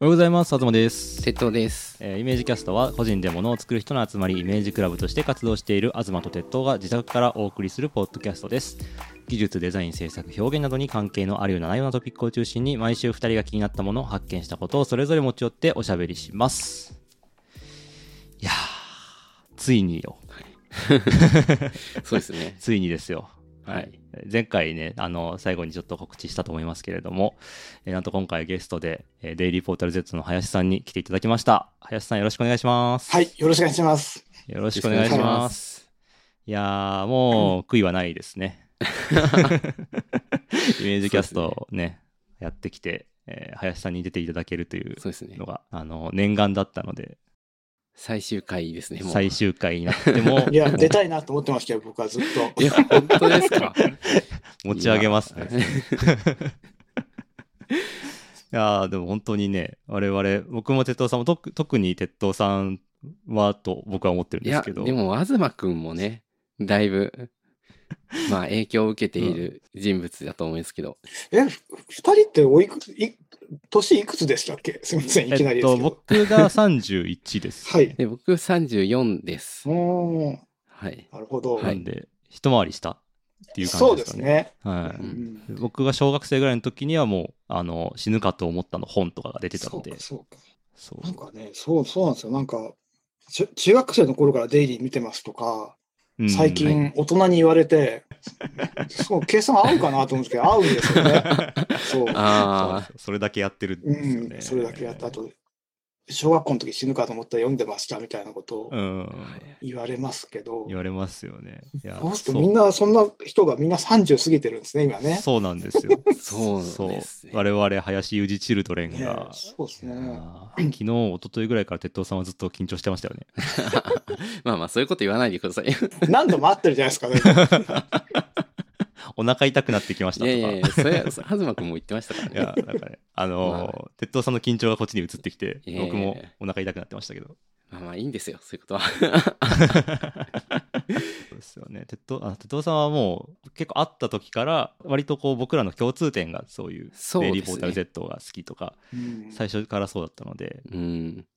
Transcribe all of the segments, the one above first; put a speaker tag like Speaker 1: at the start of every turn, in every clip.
Speaker 1: おはようございます。東です。
Speaker 2: 瀬戸です。
Speaker 1: えーイメージキャストは個人で物を作る人の集まりイメージクラブとして活動している東と鉄塔が自宅からお送りするポッドキャストです技術デザイン制作表現などに関係のあるようなないようなトピックを中心に毎週2人が気になったもの発見したことをそれぞれ持ち寄っておしゃべりしますいやーついによ
Speaker 2: そうですね。
Speaker 1: ついにですよ
Speaker 2: はい。
Speaker 1: 前回ね、あの、最後にちょっと告知したと思いますけれども、えーなんと今回ゲストで、えーデイリーポータル Z の林さんに来ていただきました。林さんよろしくお願いします。
Speaker 3: はい、よろしくお願いします。
Speaker 1: よろしくお願いし
Speaker 3: よろしくお願いし
Speaker 1: ま。
Speaker 3: ます
Speaker 1: いやー、もう悔いはないです ね。イメージキャストをね、やってきて、えー林さんに出ていただけるという
Speaker 2: そうですね
Speaker 1: の。が、あの、念願だったので、
Speaker 2: 最終回ですね。もう
Speaker 1: 最。終回になっても、
Speaker 3: いや、出たいなと思ってましたけど、僕はずっ
Speaker 2: いや、本当 ですか。
Speaker 1: 持ち上げますね。
Speaker 2: いや。
Speaker 1: いやーでも本当にね、我々、僕も鉄道さんも、とく特に鉄道さんはと僕は思ってるん
Speaker 2: い
Speaker 1: です
Speaker 2: や、
Speaker 1: けど、
Speaker 2: でも、東くんもね、だいぶ、まあ、影響を受けている人物だと思うんですけど、
Speaker 3: と。え、二人っておいくつ、い年いくつでしたっけすみません、いきな
Speaker 1: え
Speaker 3: り
Speaker 1: っ
Speaker 3: です
Speaker 1: と、
Speaker 3: けど。
Speaker 1: 僕が31です。
Speaker 3: はい。
Speaker 2: で僕34です
Speaker 3: う。ーん、
Speaker 2: はい。
Speaker 3: なるほど。
Speaker 1: な
Speaker 2: は
Speaker 1: んで、一回りしたっていう
Speaker 3: そ
Speaker 1: 感じ
Speaker 3: うで
Speaker 1: です
Speaker 3: す
Speaker 1: かね。
Speaker 3: ね。
Speaker 1: は
Speaker 2: う
Speaker 3: うん
Speaker 1: い
Speaker 3: ん、
Speaker 1: 僕が小学生ぐらいの時にはもうあの死ぬかと思ったの本とかが出てた
Speaker 3: そ
Speaker 1: の
Speaker 3: うか
Speaker 1: で、
Speaker 3: そうか。
Speaker 1: そう
Speaker 3: なんかね、そう、そうなんですよ。なんか、ちゅ中学生の頃からデイリー見てますとか、
Speaker 1: うん
Speaker 3: 最近大人に言われて、そう、計算合うかなと思うんですけど、合うんですよ ね。そう。
Speaker 1: そうなんで
Speaker 2: あ
Speaker 1: すよそれだけやってるん
Speaker 3: う
Speaker 1: ですよね。
Speaker 3: ん、それだけやった後、小学校の時死ぬかと思ったら読んでましたみたいなことを
Speaker 1: うん
Speaker 2: あ、
Speaker 3: 言われますけど、
Speaker 1: 言われますよね。いや
Speaker 3: そうするとみんなそんな人がみんな30過ぎてるんですね、今ね。
Speaker 1: そうなんですよ。
Speaker 2: そうなんですね
Speaker 1: そう我々、林裕二チルドレン
Speaker 3: ね
Speaker 1: が、
Speaker 3: そうですね。
Speaker 1: あー昨日、一昨日ぐらいから鉄道さんはずっと緊張してましたよね。
Speaker 2: まあまあ、そういうこと言わないでください。い
Speaker 3: 何度も会ってるじゃないですか、ね、
Speaker 1: お腹痛くなってきましたとか。
Speaker 2: やいやいや、それ、東くんも言ってましたから
Speaker 1: い
Speaker 2: ね。
Speaker 1: やなんかね、あのー鉄道さんの緊張がこっちに移ってきて、
Speaker 2: いやいやいや
Speaker 1: 僕もお腹痛くなってましたけど。
Speaker 2: まあまあ、いいんですよ、そういうことは。
Speaker 1: そうですよね。鉄道、あ、鉄道さんはもう結構会った時から、割とこう僕らの共通点がそういう、
Speaker 2: そう
Speaker 1: デイリ
Speaker 2: で
Speaker 1: ーポ
Speaker 2: す
Speaker 1: ータル
Speaker 2: ね。
Speaker 1: Z が好きとか、
Speaker 3: うん
Speaker 1: 最初からそうだったので、
Speaker 2: うん。だか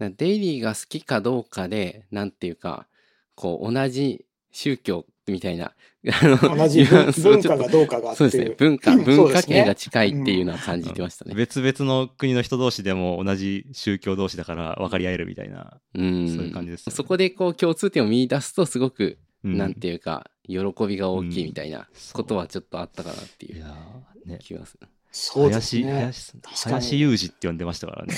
Speaker 2: らデイリーが好きかどうかで、なんていうか、こう、同じ宗教みたいな、 あの
Speaker 3: 同じ
Speaker 2: ニュアン
Speaker 3: 文
Speaker 2: スを
Speaker 3: 文
Speaker 2: ちょ
Speaker 3: 化
Speaker 2: っと
Speaker 3: がどうかがって
Speaker 2: そう
Speaker 3: い
Speaker 2: で
Speaker 3: う。
Speaker 2: すね。文化、
Speaker 3: うんそう
Speaker 2: 文
Speaker 3: で
Speaker 2: 化
Speaker 3: すね
Speaker 2: 圏が近いっていうのは感じてましたね。
Speaker 1: 別々の国の人同士でも同じ宗教同士だから分かり合えるみたいな、
Speaker 2: うん。
Speaker 1: そういう感じですよね
Speaker 2: そこでこう共通点を見出すとすごく、
Speaker 1: うん
Speaker 2: なんていうか、喜びが大きいみたいなことはちょっとあったかなって
Speaker 1: い
Speaker 2: い
Speaker 1: や
Speaker 2: う
Speaker 1: ーね
Speaker 2: 気がする。
Speaker 3: そうです
Speaker 1: 林、
Speaker 3: ね。
Speaker 1: 林
Speaker 3: かに
Speaker 1: 林裕二って呼んでましたからね。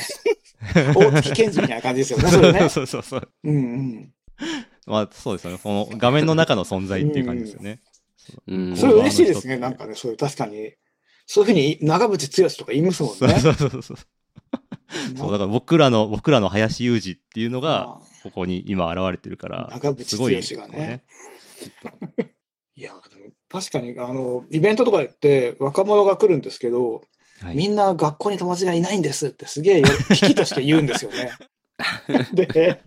Speaker 3: 大月健二みたいな感じですよね、それね。
Speaker 1: そうそうそう。
Speaker 3: うんうん。
Speaker 1: まあそうですよね。この画面の中の存在っていう感じですよね。
Speaker 2: うん。
Speaker 3: それ嬉しいですね、
Speaker 1: うん
Speaker 3: なんかね、そういう、確かに。そういうふうに長渕剛とか言いますもん
Speaker 1: そう
Speaker 3: ね。
Speaker 1: そうそうそう。そうだから僕らの僕らの林裕二っていうのが
Speaker 3: あ
Speaker 1: ここに今現れてるから
Speaker 3: 長渕剛がね
Speaker 1: すごいこう
Speaker 3: いや、でも確かに、あの、イベントとかやって若者が来るんですけど、
Speaker 1: はい
Speaker 3: みんな学校に友達がいないんですってすげえよ危機として言うんですよ ね。で、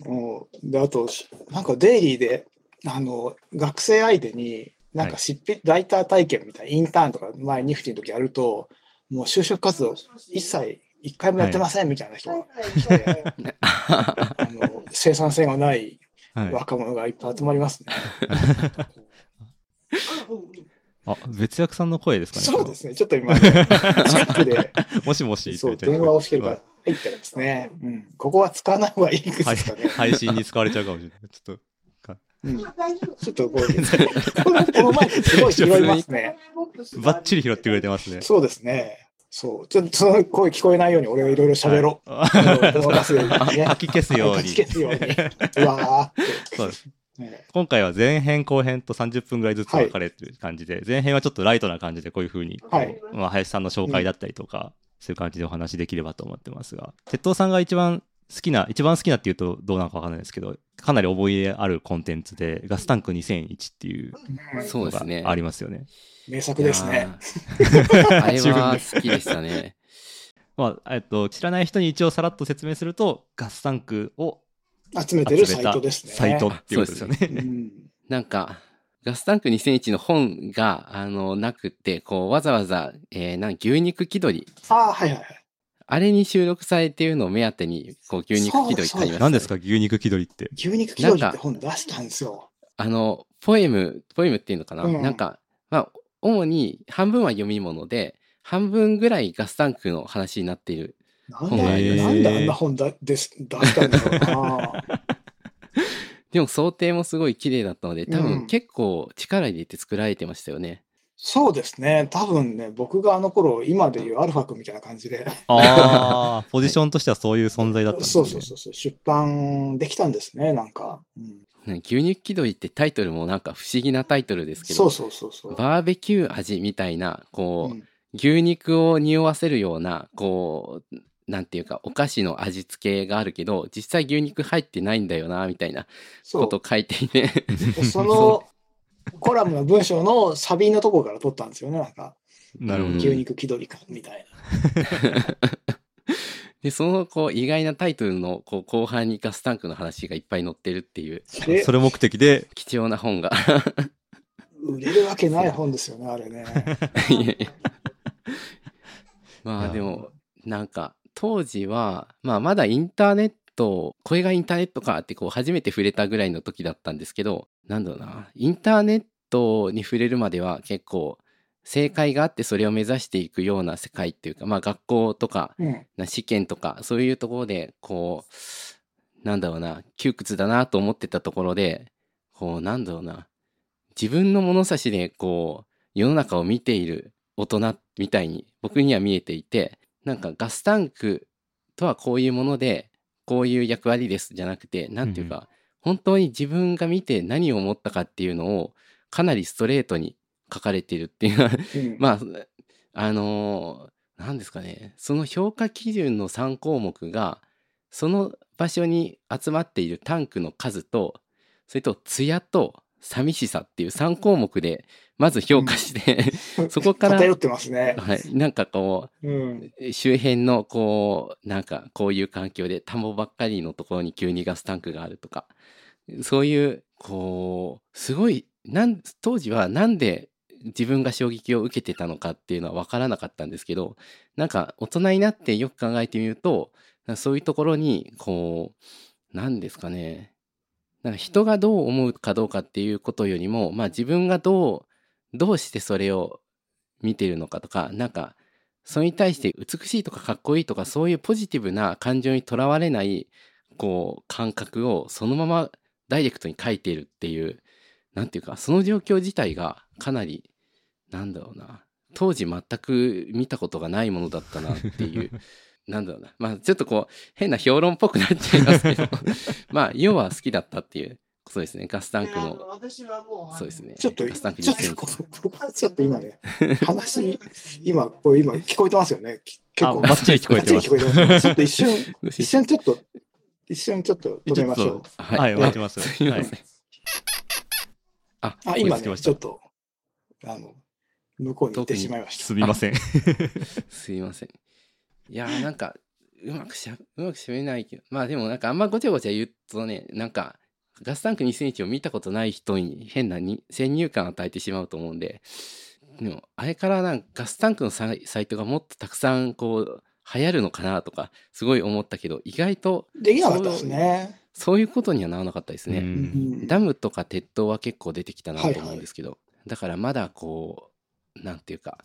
Speaker 3: もうであと、なんかデイリーで、あの、学生相手に、なんか執筆、ライター体験みたいな、インターンとか前ニフティの時やると、もう就職活動一切一回もやってませんみたいな人が来て、あの生産性がない
Speaker 1: はい、
Speaker 3: 若者がいっぱい集まりますね。
Speaker 1: あ別役さんの声ですかね
Speaker 3: そうですね、ちょっと今、近くで。
Speaker 1: もしもし
Speaker 3: そう、
Speaker 1: って言っ
Speaker 3: 電
Speaker 1: て
Speaker 3: 話をしてるから入ってるんですね。うん。ここは使わない方がいいです
Speaker 1: はい
Speaker 3: か ね。
Speaker 1: 配信に使われちゃうかもしれないちょっと
Speaker 3: うん、ちょっとこう、このこのマイクすごい拾いま すね。
Speaker 1: バッチリ拾ってくれてますね
Speaker 3: そうですね。そう。ちょっとその声聞こえないように俺がいろいろ喋ろ
Speaker 1: は
Speaker 3: う。
Speaker 1: い
Speaker 3: うんごまかすよう にね。
Speaker 1: かき消すよう
Speaker 3: か
Speaker 1: に
Speaker 3: き消すように。うわーって。
Speaker 1: そうです
Speaker 3: ね
Speaker 1: 今回は前編後編と30分ぐらいずつ分かれてる感じで、前編はちょっとライトな感じでこういうふうに、
Speaker 3: はい。
Speaker 1: まあ、林さんの紹介だったりとか、そういう感じでお話できればと思ってますが鉄道さんが一番好きな一番好きなっていうとどうなのかわかんないですけどかなり覚えあるコンテンツでガスタンク2001っていう
Speaker 3: うん
Speaker 2: そう
Speaker 1: の
Speaker 2: ですね。
Speaker 1: がありますよね。
Speaker 3: 名作ですね。
Speaker 2: いやー。 あれは好きでしたね。
Speaker 1: まあえっと、知らない人に一応さらっと説明するとガスタンクを
Speaker 3: 集めてる
Speaker 1: 集
Speaker 3: サ
Speaker 1: め
Speaker 3: イ
Speaker 1: た
Speaker 3: トですね。
Speaker 1: サイトっていうことですよね。
Speaker 3: うん。
Speaker 2: なんか、ガスタンク2001の本が、あの、なくて、こう、わざわざ、えーなん牛肉気取り
Speaker 3: ああ、はいはいはい。
Speaker 2: あれに収録されているのを目当てに、こう、牛肉気取りってあります、ね。
Speaker 1: 何ですか牛肉気取りって。
Speaker 3: 牛肉気取りって本出したんですよ。
Speaker 2: あの、ポエム、ポエムっていうのかな、
Speaker 3: うん
Speaker 2: なんか、まあ、主に半分は読み物で、半分ぐらいガスタンクの話になっている。
Speaker 3: なん
Speaker 2: 本があり
Speaker 3: で、
Speaker 2: ます
Speaker 3: なんであんな本だです出したんだろうな。
Speaker 2: でも想定もすごい綺麗だったので、多
Speaker 3: うん
Speaker 2: 分結構力入れて作られてましたよね。
Speaker 3: そうですね。多分ね、僕があの頃、今でいうアルファ君みたいな感じで、
Speaker 1: ああ、 ポジションとしてはそういう存在だったんです
Speaker 3: そ
Speaker 1: ね。
Speaker 3: うそうそうそう、出版できたんですね、なんか。うん、
Speaker 2: ね牛肉気取りってタイトルもなんか不思議なタイトルですけど、
Speaker 3: そうそうそうそう。
Speaker 2: バーベキュー味みたいな、こう、
Speaker 3: うん
Speaker 2: 牛肉を匂わせるような、こう、なんていうか、お菓子の味付けがあるけど、実際牛肉入ってないんだよな、みたいな
Speaker 3: そ
Speaker 2: こと
Speaker 3: う。
Speaker 2: 書いていて、
Speaker 3: でそのコラムの文章のサビのところから取ったんですよね、なんか。
Speaker 1: なるほ
Speaker 2: うん
Speaker 1: ど。
Speaker 3: 牛肉気取りか、みたいな。
Speaker 2: で、その、こう、意外なタイトルの、こう、後半にガスタンクの話がいっぱい載ってるっていう、
Speaker 3: で
Speaker 1: そ、れ目的で、
Speaker 2: 貴重な本が。
Speaker 3: 売れるわけない本ですよね、あれね。
Speaker 2: いやいやま
Speaker 1: い
Speaker 2: あ
Speaker 1: や
Speaker 2: でもなんか当時はまあまだインターネットこれがインターネットかってこう初めて触れたぐらいの時だったんですけどなんだろうなインターネットに触れるまでは結構正解があってそれを目指していくような世界っていうかまあ学校とか
Speaker 3: うん。
Speaker 2: な試験とかそういうところでこうなんだろうな窮屈だなと思ってたところでこうなんだろうな自分の物差しでこう世の中を見ている大人みたいに僕には見えていてなんかガスタンクとはこういうものでこういう役割ですじゃなくてなんていうか、本当に自分が見て何を思ったかっていうのをかなりストレートに書かれているっていうのは
Speaker 3: うん
Speaker 2: まあ、あのー、なんですかね、その評価基準の3項目が、その場所に集まっているタンクの数と、それと、艶と寂しさっていう3項目で、まず評価して、そこから
Speaker 3: 偏ってますね。
Speaker 2: はい、なんかこ
Speaker 3: うん。
Speaker 2: う、周辺のこう、なんかこういう環境で、田んぼばっかりのところに急にガスタンクがあるとか、そういう、こう、すごい、なん当時はなんで自分が衝撃を受けてたのかっていうのは分からなかったんですけど、なんか大人になってよく考えてみると、そういうところに、こう、なんですかね、なんか人がどう思うかどうかっていうことよりも、まあ自分がどう、どうしてそれを見てるのかとか、なんか、それに対して美しいとかかっこいいとかそういうポジティブな感情にとらわれないこう感覚をそのままダイレクトに書いているっていうなんていうかその状況自体がかなりなんだろうな当時全く見たことがないものだったなっていうなんだろうなまあちょっとこう変な評論っぽくなっちゃいますけどまあ要は好きだったっていうことですねガスタンクのそうですね
Speaker 3: ちょっと、
Speaker 2: ガス
Speaker 3: ち
Speaker 2: タ
Speaker 3: ょ
Speaker 2: ン
Speaker 3: っ
Speaker 2: ク
Speaker 3: と
Speaker 2: について、
Speaker 3: 僕はちょっと今ね、話、今、こう今聞こえてますよね。き結
Speaker 1: あ、
Speaker 3: 構、
Speaker 1: バッチリ聞こえてます。
Speaker 3: バッチリ聞こえてます。ちょっと一 瞬、一瞬ちょっと、一瞬ちょっと止めましょう。
Speaker 2: はい
Speaker 1: はい、待ってます。
Speaker 2: すいま
Speaker 1: は
Speaker 2: せん。
Speaker 1: い。
Speaker 2: あ、
Speaker 3: あ、
Speaker 1: い
Speaker 3: 今
Speaker 1: つきま
Speaker 3: ね、
Speaker 1: した
Speaker 3: ちょっと、あの、向こうに行ってしまいまし
Speaker 1: す
Speaker 3: た。
Speaker 1: みません。
Speaker 2: すいません。いやーなんか、うまくしゃ、うまくしゃべれないけど、まあでもなんかあんまごちゃごちゃ言うとね、なんか、ガスタンク2001を見たことない人に変なに先入観を与えてしまうと思うんで、でも、あれからなんかガスタンクのサイサイトがもっとたくさんこう、流行るのかなとか、すごい思ったけど、意外と
Speaker 3: できなかったですね。
Speaker 2: そういうことにはならなかったですね。
Speaker 1: うん
Speaker 3: うん
Speaker 2: ダムとか鉄塔は結構出てきたなと
Speaker 3: はい
Speaker 2: 思
Speaker 3: は
Speaker 2: うん
Speaker 3: い
Speaker 2: ですけど、だからまだこう、なんていうか、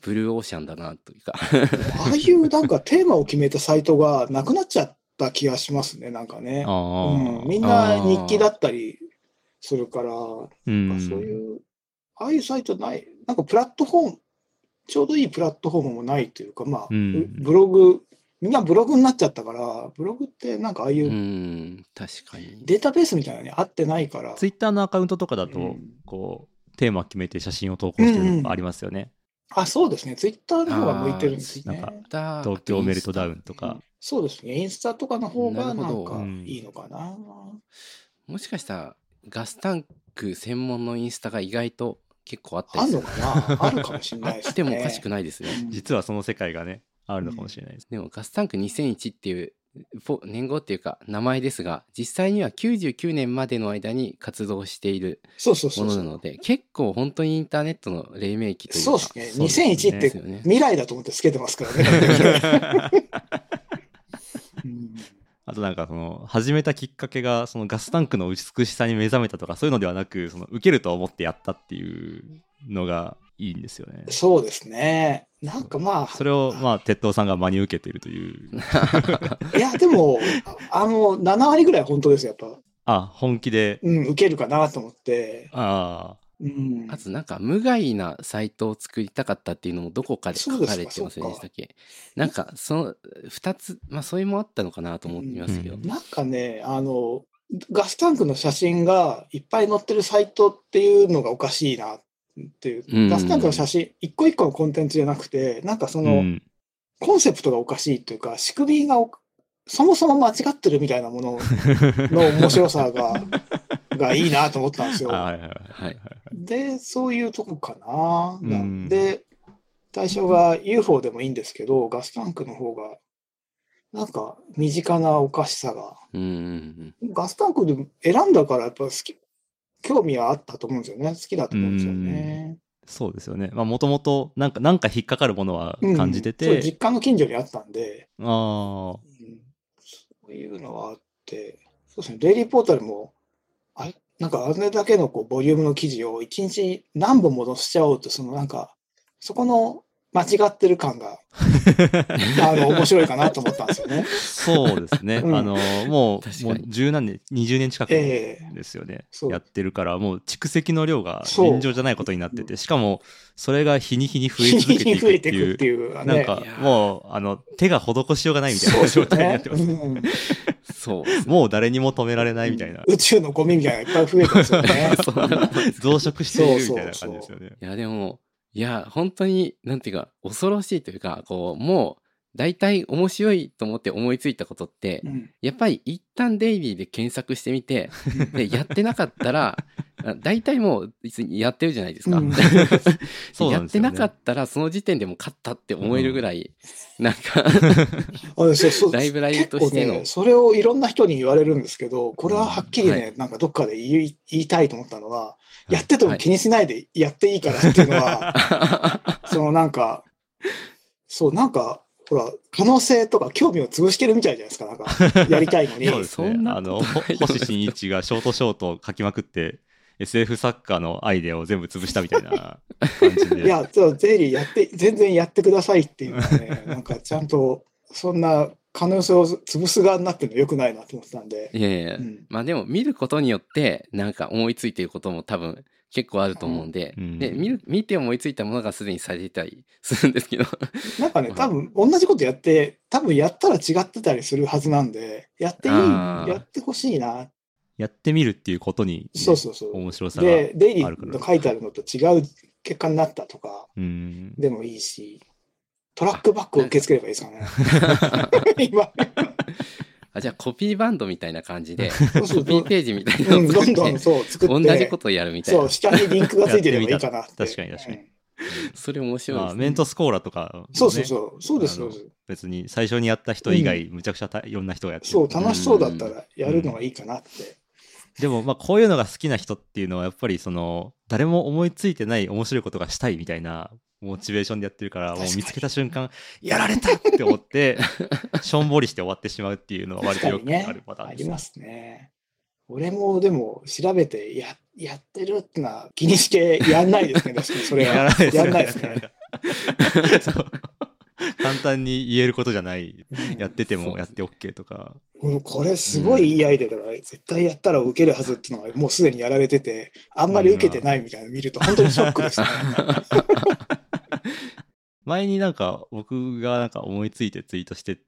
Speaker 2: ブルーオーシャンだなというか、、
Speaker 3: ああいうなんかテーマを決めたサイトがなくなっちゃった気がしますね、なんかね。うん、みん
Speaker 1: あ
Speaker 3: な日記だったりするから、
Speaker 1: あ。う
Speaker 3: なん
Speaker 1: ん
Speaker 3: かそういう、ああいうサイトない、なんかプラットフォーム、ちょうどいいプラットフォームもないというか、まあ、
Speaker 1: うん
Speaker 3: ブログ、みんなブログになっちゃったから、ブログってなんかああいううん
Speaker 2: 確かに。
Speaker 3: データベースみたいなのに合ってないから、
Speaker 1: ツイッターのアカウントとかだ
Speaker 3: う
Speaker 1: と
Speaker 3: ん、
Speaker 1: こう、テーマ決めて写真を投稿してるのがありますよね。
Speaker 3: あ、そうですね、ツイッターの方が向いてるんです
Speaker 1: あー
Speaker 3: ね
Speaker 1: なん。
Speaker 2: 東
Speaker 1: 東京メルトダウ
Speaker 2: ン。
Speaker 1: ンとか。
Speaker 3: そうですね、インスタとかの方
Speaker 2: な
Speaker 3: がな
Speaker 2: る
Speaker 3: ん
Speaker 2: ほど
Speaker 3: かいいのかな。
Speaker 2: もしかしたら、ガスタンク専門のインスタが意外と結構あった
Speaker 3: あ
Speaker 2: り
Speaker 3: ん
Speaker 2: す
Speaker 3: の
Speaker 2: る。
Speaker 3: かなあるかもしれないですね。
Speaker 2: 来てもおかしくないですね。
Speaker 3: う ん
Speaker 1: 実はその世界がね、あるのかもしれないです。
Speaker 2: でも、ガスタンク2001っていうぽ年号っていうか名前ですが実際には99年までの間に活動している
Speaker 3: そうそうそ
Speaker 2: も
Speaker 3: う
Speaker 2: の
Speaker 3: そ
Speaker 2: な
Speaker 3: う。
Speaker 2: ので結構本当にインターネットの黎明期というか
Speaker 3: そうですね。
Speaker 1: そうですね
Speaker 3: 2001って
Speaker 2: よね
Speaker 3: 未来だと思ってつけてますか らね。うん
Speaker 1: あとなんかその始めたきっかけがそのガスタンクの美しさに目覚めたとかそういうのではなくその受けると思ってやったっていうのがいいんですよね。
Speaker 3: そうですね。なんかま
Speaker 1: それをまあ鉄道さんが真に受けてると いう。
Speaker 3: あ、いや、でも、あの、7割ぐらい本当ですよ、やっぱ。
Speaker 1: あ本気で。
Speaker 3: うん、受けるかなと思って。
Speaker 1: あ
Speaker 3: うん。
Speaker 2: あとなんか無害なサイトを作りたかったっていうのもどこかで書かれてませんでしたっけなんかその2つまあそれもあったのかなと思いますけど、
Speaker 1: うん
Speaker 3: なんかね、あの、ガスタンクの写真がいっぱい載ってるサイトっていうのがおかしいなっていう。
Speaker 2: うん
Speaker 3: ガスタンクの写真、一個一個のコンテンツじゃなくて、なんかそ
Speaker 1: あ。
Speaker 3: の、
Speaker 1: う ん
Speaker 3: コンセプトがおかしいというか、仕組みがおそもそも間違ってるみたいなものの面白さ が、がいいなと思ったんです
Speaker 1: あ
Speaker 3: よ。
Speaker 1: はいはいはい
Speaker 2: はい
Speaker 3: で、そういうとこかな。
Speaker 1: うん
Speaker 3: で、対象が UFO でもいいんですけど、ガスタンクの方が、なんか身近なおかしさが。
Speaker 2: うんうん
Speaker 3: ガスタンクでも選んだからやっぱ好き、興味はあったと思うんですよね。好きだと思うんですよね。
Speaker 1: そうですよね。まあもともとなんかなんか引っかかるものは
Speaker 3: うん
Speaker 1: 感じて
Speaker 3: そう
Speaker 1: て、
Speaker 3: 実家の近所にあったんで、
Speaker 1: ああ
Speaker 3: うんそういうのはあって、そうですね、デイリーポータルも、あれなんかあれだけのこうボリュームの記事を一日何本も載せちゃおうと、そのなんか、そこの間違ってる感 が、あの、面白いかなと思ったんですよね。
Speaker 1: そうですね。
Speaker 3: うん
Speaker 1: あのも
Speaker 2: 確
Speaker 1: う
Speaker 2: か
Speaker 1: も
Speaker 2: に
Speaker 1: う十何年20年近く。
Speaker 3: ええ
Speaker 1: ですよね
Speaker 3: そう
Speaker 1: やってるからもう蓄積の量が
Speaker 3: そう
Speaker 1: 尋常じゃないことになっててしかもそれが日に日に増え続けてい
Speaker 3: 増
Speaker 1: く
Speaker 3: え
Speaker 1: って
Speaker 3: てい
Speaker 1: い
Speaker 3: くっ
Speaker 1: う
Speaker 3: ていう、
Speaker 1: なん
Speaker 3: ね。
Speaker 1: か
Speaker 2: いやー
Speaker 1: もうあの手が施しようがないみたいな状態になってます、
Speaker 3: そうですね
Speaker 2: そう ですね。
Speaker 1: もう誰にも止められないみたいな
Speaker 3: うん宇宙のゴミみたいなのがいっぱい増えてます よね
Speaker 2: そうなんです
Speaker 1: 増殖しているみたいな感じですよね
Speaker 2: いやでもいや本当になんていうか恐ろしいというかこうもう大体面白いと思って思いついたことって
Speaker 3: うん
Speaker 2: やっぱり一旦デイリーで検索してみてでやってなかった らあ大体もう別にやってるじゃないですか。
Speaker 3: うん
Speaker 1: そうな
Speaker 2: やっ
Speaker 1: んです
Speaker 2: て
Speaker 1: よね
Speaker 2: なかったらその時点でも勝ったって思えるぐらい、なんか
Speaker 3: あそうそう
Speaker 2: ライブラリとしての
Speaker 3: 結構ね、それをいろんな人に言われるんですけど、これははっきりね、
Speaker 2: うんは
Speaker 3: なんかどっかで言い言いたいと思ったのは、
Speaker 1: い
Speaker 3: やってても気にしないでやっていいからっていうのは、 そのなんか、そう、なんか、ほら、可能性とか興味を潰してるみたいじゃないですか、なんか、やりたいのに。
Speaker 1: そうですね
Speaker 2: そんな
Speaker 1: あの
Speaker 2: ことない
Speaker 1: 星新一がショートショートを書きまくって SF 作家のアイデアを全部潰したみたいな感じで
Speaker 3: いや、そうゼリーやって、全然やってくださいっていうのはね、なんかちゃんと、そんな可能性を潰す側になってるのよくないなと思ってたんで。
Speaker 2: いやいや、
Speaker 3: うん
Speaker 2: まあでも見ることによってなんか思いついてることも多分結構あると思うんで、
Speaker 1: うん
Speaker 2: で見る見て思いついたものがすでにされてたりするんですけど
Speaker 3: なんかね、多分同じことやって、多分やったら違ってたりするはずなんで、やっていい、
Speaker 2: あー
Speaker 3: やってほしいな。
Speaker 1: やってみるっていうことにね、
Speaker 3: そうそうそう。
Speaker 1: 面白さが
Speaker 3: で、デイリ
Speaker 1: あるか
Speaker 3: ー
Speaker 1: ら
Speaker 3: の書いてあるのと違う結果になったとか
Speaker 1: うん
Speaker 3: でもいいし、トラックバックを受け付ければいいですかね。今、
Speaker 2: あじゃあコピーバンドみたいな感じで
Speaker 3: そうす
Speaker 2: コ
Speaker 3: る
Speaker 2: ピー
Speaker 3: と、
Speaker 2: ページみたいな
Speaker 3: うん、
Speaker 2: のを
Speaker 3: ど
Speaker 2: 作
Speaker 3: ん
Speaker 2: っ
Speaker 3: ど
Speaker 2: て
Speaker 3: んそう作って、
Speaker 2: 同じことをやるみたい
Speaker 3: そ
Speaker 2: な
Speaker 3: う、下にリンクがついてればいいかなって。
Speaker 1: やってみた確かに確かに
Speaker 3: うん
Speaker 2: それ面白いで
Speaker 1: まあ、
Speaker 2: す
Speaker 1: メ
Speaker 2: ね
Speaker 1: ン。トスコーラとかもね、
Speaker 3: そうそうそう、そうです、そうです。
Speaker 1: 別に最初にやった人以外、むちゃくちゃたいろんな人がやってる
Speaker 3: そう、楽しそうだったらやるのがいいかなって。
Speaker 1: でもまあこういうのが好きな人っていうのはやっぱりその誰も思いついてない面白いことがしたいみたいなモチベーションでやってるからもう
Speaker 3: 確かに
Speaker 1: 見つけた瞬間やられたって思って しょんぼりして終わってしまうっていうのは割
Speaker 3: 確
Speaker 1: とよ
Speaker 3: かに
Speaker 1: く
Speaker 3: ね
Speaker 1: あるパターン
Speaker 3: あ
Speaker 1: で
Speaker 3: り
Speaker 1: す。
Speaker 3: ますね。俺もでも調べてややってるってのは気にしてやんないですね、確かにそれは。
Speaker 1: やらないです
Speaker 3: や
Speaker 1: よ
Speaker 3: ん
Speaker 1: ね
Speaker 3: ないですね。
Speaker 1: そう簡単に言えることじゃない やっててもやって OK とか
Speaker 3: うんこれすごいいいアイデアだから、絶対やったら受けるはずっていうのがもうすでにやられてて、あんまり受けてないみたいなの見ると本当にショッ クですね。
Speaker 1: 前になんか僕がなんか思いついてツイートして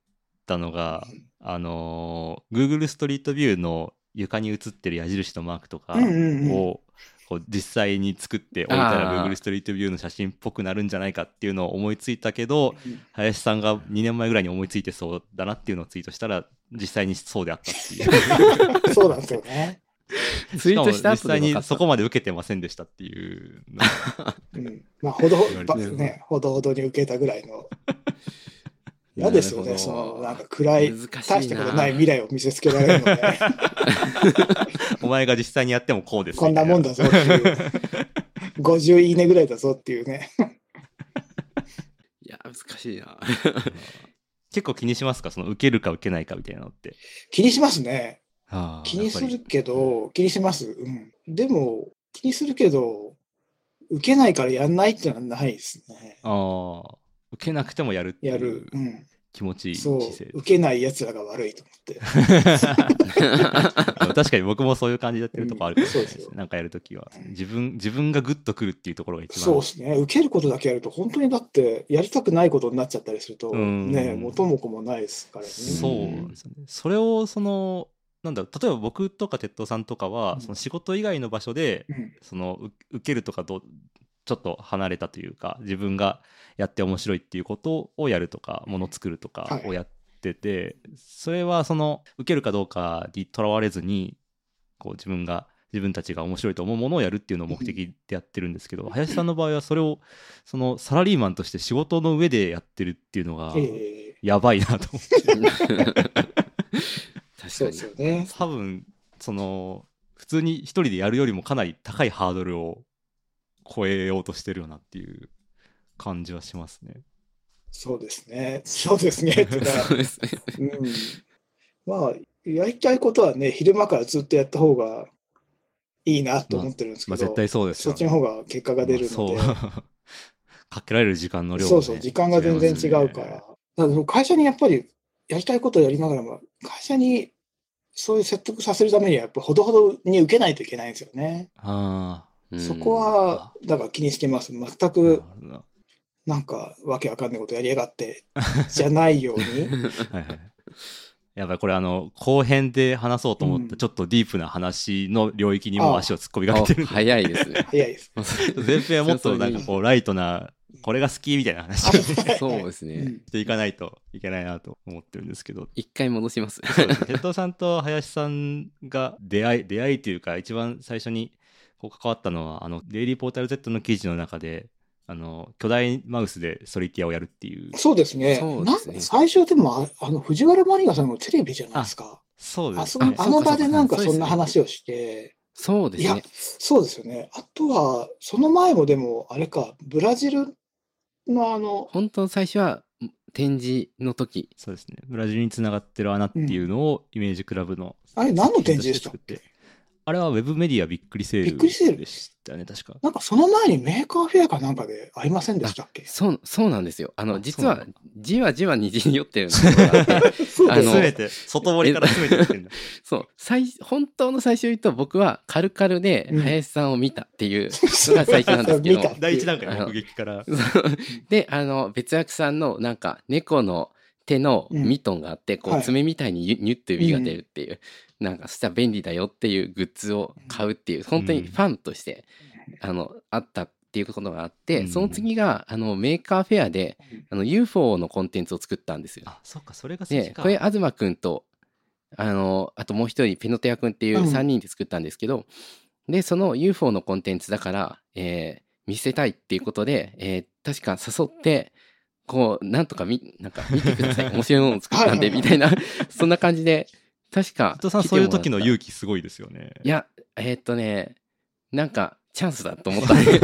Speaker 1: たのがあのー Google ストリートビューの床に映ってる矢印のマークとかを、
Speaker 3: うんうんうん
Speaker 1: こう実際に作って置いたら
Speaker 2: あー
Speaker 1: Google ストリートビューの写真っぽくなるんじゃないかっていうのを思いついたけど
Speaker 3: うん
Speaker 1: 林さんが2年前ぐらいに思いついてそうだなっていうのをツイートしたら実際にそうであったっていう
Speaker 3: そうなんですよね。
Speaker 2: ツイート
Speaker 1: し
Speaker 2: し
Speaker 1: かも実際
Speaker 2: た後で分か
Speaker 1: に
Speaker 2: った
Speaker 1: そこまで受けてませんでしたっていうの
Speaker 3: うん、まあ、ほどほ
Speaker 1: 言われ
Speaker 3: ど、
Speaker 1: てる
Speaker 3: ね、ほどほどに受けたぐらいの。嫌ですよ
Speaker 2: なる
Speaker 3: ね、
Speaker 2: ほ
Speaker 3: そ
Speaker 2: ど
Speaker 3: の、なんか暗い、
Speaker 2: 難しいな
Speaker 3: 大したことない未来を見せつけられるので、
Speaker 1: お前が実際にやってもこうです。
Speaker 3: こんなもんだぞっていう、50いいねぐらいだぞっていうね。
Speaker 2: いや難しい な
Speaker 1: 結構気にしますかその受けるか受けないかみたいなのって。
Speaker 3: 気にしますね。
Speaker 1: あー
Speaker 3: 気にす
Speaker 1: や
Speaker 3: る
Speaker 1: っぱ
Speaker 3: けど、気にします。うん。でも、気にするけど、受けないからやんないってのはないですね。
Speaker 1: りああ。受けなくてもやるって
Speaker 3: や
Speaker 1: い
Speaker 3: る
Speaker 1: う。
Speaker 3: うん。
Speaker 1: 気持ちいい
Speaker 3: そう
Speaker 1: 姿勢。です。
Speaker 3: 受けない奴らが悪いと思って。
Speaker 1: 確かに僕もそういう感じでやってるとこあるかもしれないで
Speaker 3: うん
Speaker 1: す
Speaker 3: そう で
Speaker 1: ね。なんかやるときは。自分、自分がグッとくるっていうところが一番。
Speaker 3: そうですね。受けることだけやると、本当にだって、やりたくないことになっちゃったりすると、
Speaker 1: うん
Speaker 3: ね、元も子もないですからね。
Speaker 1: そううですよね。それをそのなんだろう例えば僕とか鉄道さんとかは、
Speaker 3: うん
Speaker 1: その仕事以外の場所で
Speaker 3: うん。
Speaker 1: そのう受けるとかとちょっと離れたというか自分がやって面白いっていうことをやるとかもの作るとか
Speaker 3: はい
Speaker 1: をやってて、それはその受けるかどうかにとらわれずにこう自分が自分たちが面白いと思うものをやるっていうのを目的でやってるんですけど、林さんの場合はそれをそのサラリーマンとして仕事の上でやってるっていうのが
Speaker 3: ええ
Speaker 1: やばいなと思って。
Speaker 2: 確か
Speaker 3: そうで
Speaker 2: に
Speaker 3: すよね。
Speaker 1: 多分その普通に一人でやるよりもかなり高いハードルを超えようとしてるよなっていう感じはしますね。
Speaker 3: そうですね。そうですね。ってか
Speaker 2: そうですね
Speaker 3: うんまあ、やりたいことはね、昼間からずっとやった方がいいなと思ってるんです
Speaker 1: ま
Speaker 3: け
Speaker 1: あ
Speaker 3: ど、
Speaker 1: 絶対そうです
Speaker 3: そ
Speaker 1: よ、
Speaker 3: っ
Speaker 1: ね。
Speaker 3: ちの方が結果が出るので、
Speaker 1: まあそうかけられる時間の 量も
Speaker 3: そ
Speaker 1: ね
Speaker 3: うそう、時間が全然違うから。だからその会社にやっぱりやりたいことをやりながらも、会社にそういう説得させるためには、やっぱほどほどに受けないといけないんですよね。
Speaker 1: あ
Speaker 2: うん
Speaker 3: そこは、だから気にしてます。全
Speaker 1: あ。
Speaker 3: く
Speaker 1: なるほど
Speaker 3: なんかわけわかんないことやりやがって、じゃないように。
Speaker 1: はいはいやばいこれあの後編で話そうと思っ
Speaker 3: う
Speaker 1: た
Speaker 3: ん
Speaker 1: ちょっとディープな話の領域にも足を突っ込みかけてる
Speaker 2: あ早いです ね
Speaker 3: 早 いです。
Speaker 1: 前編はもっとなんかこうライトなこれが好きみたいな話をし
Speaker 2: そうですね、
Speaker 3: うん
Speaker 1: ていかないといけないなと思ってるんです けど
Speaker 2: 一回戻します
Speaker 1: そうですね鉄道さんと林さんが出会い出会いというか一番最初にこう関わったのはあのデイリーポータル Z の記事の中であの巨大マウスでソリティアをやるっていう
Speaker 3: そうですね。
Speaker 2: そうですね
Speaker 3: なん最初でもあ、あの、藤原マリアさんのテレビじゃないですか。
Speaker 1: そう
Speaker 3: あ
Speaker 1: で
Speaker 3: そ
Speaker 1: す
Speaker 3: こ
Speaker 1: ね
Speaker 3: あの場でなんか
Speaker 2: そうです
Speaker 3: そ
Speaker 2: ね
Speaker 3: んな話をして、
Speaker 2: そうで
Speaker 3: い
Speaker 2: す
Speaker 3: や
Speaker 2: ね、
Speaker 3: そうですよね。あとは、その前もでも、あれか、ブラジルのあの、
Speaker 2: 本当最初は展示の時
Speaker 1: そうですねブラジルにつながってる穴っていうのをイメージクラブの、
Speaker 3: あれ何の展示でしたっ
Speaker 1: 作
Speaker 3: け
Speaker 1: てあれはウェブメディアびっくりセー
Speaker 3: びっくりセー
Speaker 1: ル
Speaker 3: ル
Speaker 1: でしたね確か
Speaker 3: なんかその前にメーカーフェアかなんかでありませんでしたっけ
Speaker 2: そうそうなんですよあの
Speaker 1: あ
Speaker 2: 実
Speaker 1: そう
Speaker 2: は
Speaker 1: なんだ
Speaker 2: じわじわ虹に酔ってる ところがあって
Speaker 3: そう
Speaker 2: あの
Speaker 1: 全て外堀から全てやって んだ
Speaker 2: そう最本当の最初言うと僕はカルカルで
Speaker 3: うん
Speaker 2: 林さんを見たっていうのが最初なんですけど、
Speaker 3: 見た
Speaker 1: 第一段階の目撃から
Speaker 2: そうであの別役さんのなんか猫の手のミトンがあって、こ
Speaker 3: は
Speaker 2: う
Speaker 3: い
Speaker 2: 爪みたいにニュニュッと指が出るっていう、なんかそしたら便利だよっていうグッズを買うっていう本当にファンとして、あのあったっていうことがあって、
Speaker 1: うん
Speaker 2: その次があのメーカーフェアであの UFO のコンテンツを作ったんですよ。
Speaker 1: あそっかそれが先
Speaker 2: で
Speaker 1: か
Speaker 2: これ東くんとあのあともう一人ペノテアくんっていう
Speaker 3: うん
Speaker 2: 3人で作ったんですけど、でその UFO のコンテンツだから、えー見せたいっていうことで、えー確か誘ってこうなんとかみなんか見てく ださい面白いものを作ったんで
Speaker 3: はいはいはい
Speaker 2: みたいなそんな感じで確か
Speaker 1: 伊藤さんそういう時の
Speaker 2: 勇
Speaker 1: 勇気すごいですよね
Speaker 2: いやえーっとねなんかチャンスだと思ったんで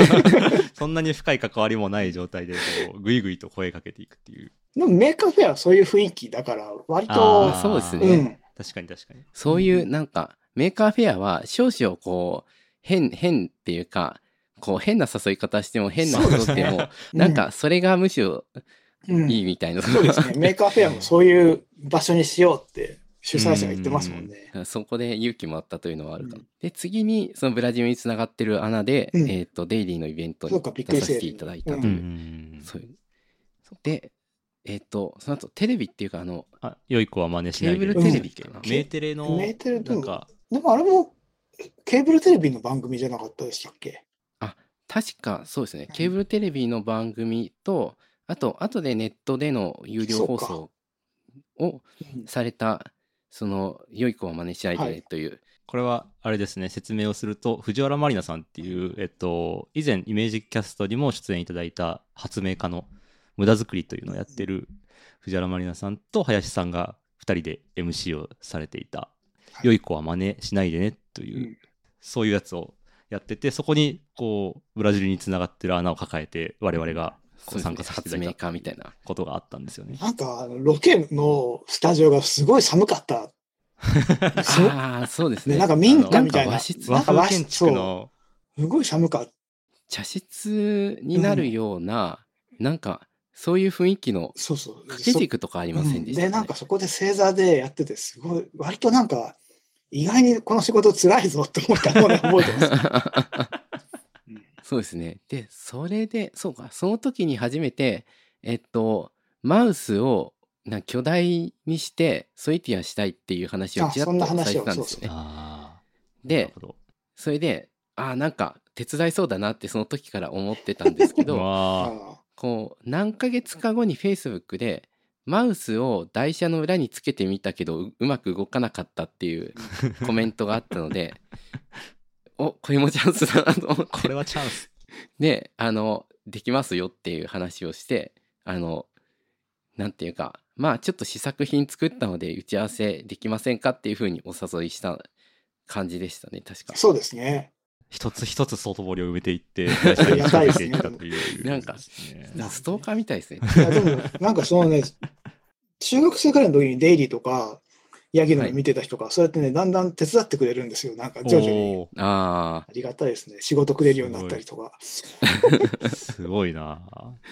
Speaker 1: そんなに深い関わりもない状態でこうぐいぐいと声かけていくっていう
Speaker 3: でもメーカーフェアはそういう雰囲気だから、割
Speaker 1: あ
Speaker 3: と
Speaker 1: ー、
Speaker 2: そうです
Speaker 3: う
Speaker 2: ね
Speaker 3: ん、
Speaker 1: 確かに確かに
Speaker 2: そういううんなんかメーカーフェアは少々こう変変っていうかこう変な誘い方しても変なことしても、なんかそれがむしろ
Speaker 3: うん、
Speaker 2: いいみたいな、
Speaker 3: そうですね。メーカーフェアもそういう場所にしようって主催者が言ってますもんね。
Speaker 2: そこで勇気もあったというのはあるかも、
Speaker 3: うん
Speaker 2: で次にそのブラジルにつながってる穴で、
Speaker 3: うん
Speaker 2: えっ、とデイリーのイベント
Speaker 3: そうか
Speaker 2: に
Speaker 3: びっく
Speaker 2: 出
Speaker 3: り
Speaker 2: さ
Speaker 3: セール
Speaker 2: せていただいたというう,、
Speaker 1: ん
Speaker 2: そういうでえっ、とその後テレビっていうかあの
Speaker 1: あ良い子は真似しないで
Speaker 2: ケー
Speaker 3: ブルテレ
Speaker 2: ビかな
Speaker 1: メーテレの
Speaker 3: メーテレ
Speaker 1: な
Speaker 3: の
Speaker 1: んか
Speaker 3: でもあれもケーブルテレビの番組じゃなかったでしたっけ
Speaker 2: 確かそうですねケーブルテレビの番組とあと後でネットでの有料放送を
Speaker 3: うん
Speaker 2: されたその「良い子は真似しない
Speaker 3: は
Speaker 2: で」
Speaker 3: い
Speaker 2: という、
Speaker 1: これはあれですね説明をすると藤原まりなさんっていう、えっと、以前イメージキャストにも出演いただいた発明家の無駄作りというのをやってる藤原まりなさんと林さんが2人で MC をされていた「良い子は真似しないでね」という、
Speaker 3: うん
Speaker 1: そういうやつをやっててそこにこうブラジルにつながってる穴を抱えて我々がこう参加させていた
Speaker 2: 発
Speaker 1: だ
Speaker 2: 明
Speaker 1: いた
Speaker 2: 家みたいな。
Speaker 1: ことがあったんですよね。
Speaker 3: なんか、あのロケのスタジオがすごい寒か った。そう
Speaker 2: ああ、そうですね。
Speaker 3: ね、なんか民家みたい
Speaker 2: なんか
Speaker 3: な。
Speaker 2: 和室
Speaker 1: 和
Speaker 3: なんか
Speaker 1: 風
Speaker 3: 和
Speaker 1: 建
Speaker 3: 室
Speaker 1: 築
Speaker 3: そう
Speaker 1: の
Speaker 3: すごい寒かった。
Speaker 2: 茶室になるような、なんかそういう雰囲気の
Speaker 3: そうそう。
Speaker 2: 掛け軸とかありませんでした、ね
Speaker 3: うんでなんかそこで正座でやっててすごい割となんか意外にこの仕事辛いぞって思ったのをね覚えて ます。うん
Speaker 2: そうですね。で、それで、そうか、その時に初めて、えっと、マウスをな巨大にして、ソイティアしたいっていう話を
Speaker 3: あ
Speaker 2: ちらっ
Speaker 3: そん
Speaker 2: と
Speaker 3: な
Speaker 2: され
Speaker 3: 話
Speaker 2: て
Speaker 3: を
Speaker 2: たんですよね。
Speaker 1: あーなる
Speaker 2: で
Speaker 1: ほ、ど
Speaker 2: それで、ああ、なんか手伝いそうだなってその時から思ってたんですけ ど、
Speaker 1: わー
Speaker 3: あ
Speaker 2: こう、何ヶ月か後に Facebook で、マウスを台車の裏につけてみたけどううまく動かなかったっていうコメントがあったので おこれもチャンスだなと思って
Speaker 1: これはチャンス。
Speaker 2: で、あの、できますよっていう話をして、あの、なんていうか、まあちょっと試作品作ったので打ち合わせできませんかっていうふうにお誘いした感じでしたね、確か。
Speaker 3: そうですね。
Speaker 1: 一つ一つ外堀を埋めてい って、最初に仕掛けていったという。
Speaker 2: なんか
Speaker 3: う
Speaker 2: ストーカーみたいですね。
Speaker 3: いやでもなんかそのね中学生くらいの時にデイリーとかヤギの見てた人が、そうやってねだんだん手伝ってくれるんですよなんか徐々に。
Speaker 1: お
Speaker 2: あ
Speaker 3: ありがたいですね。仕事くれるようになったりとか。
Speaker 1: ーすごいな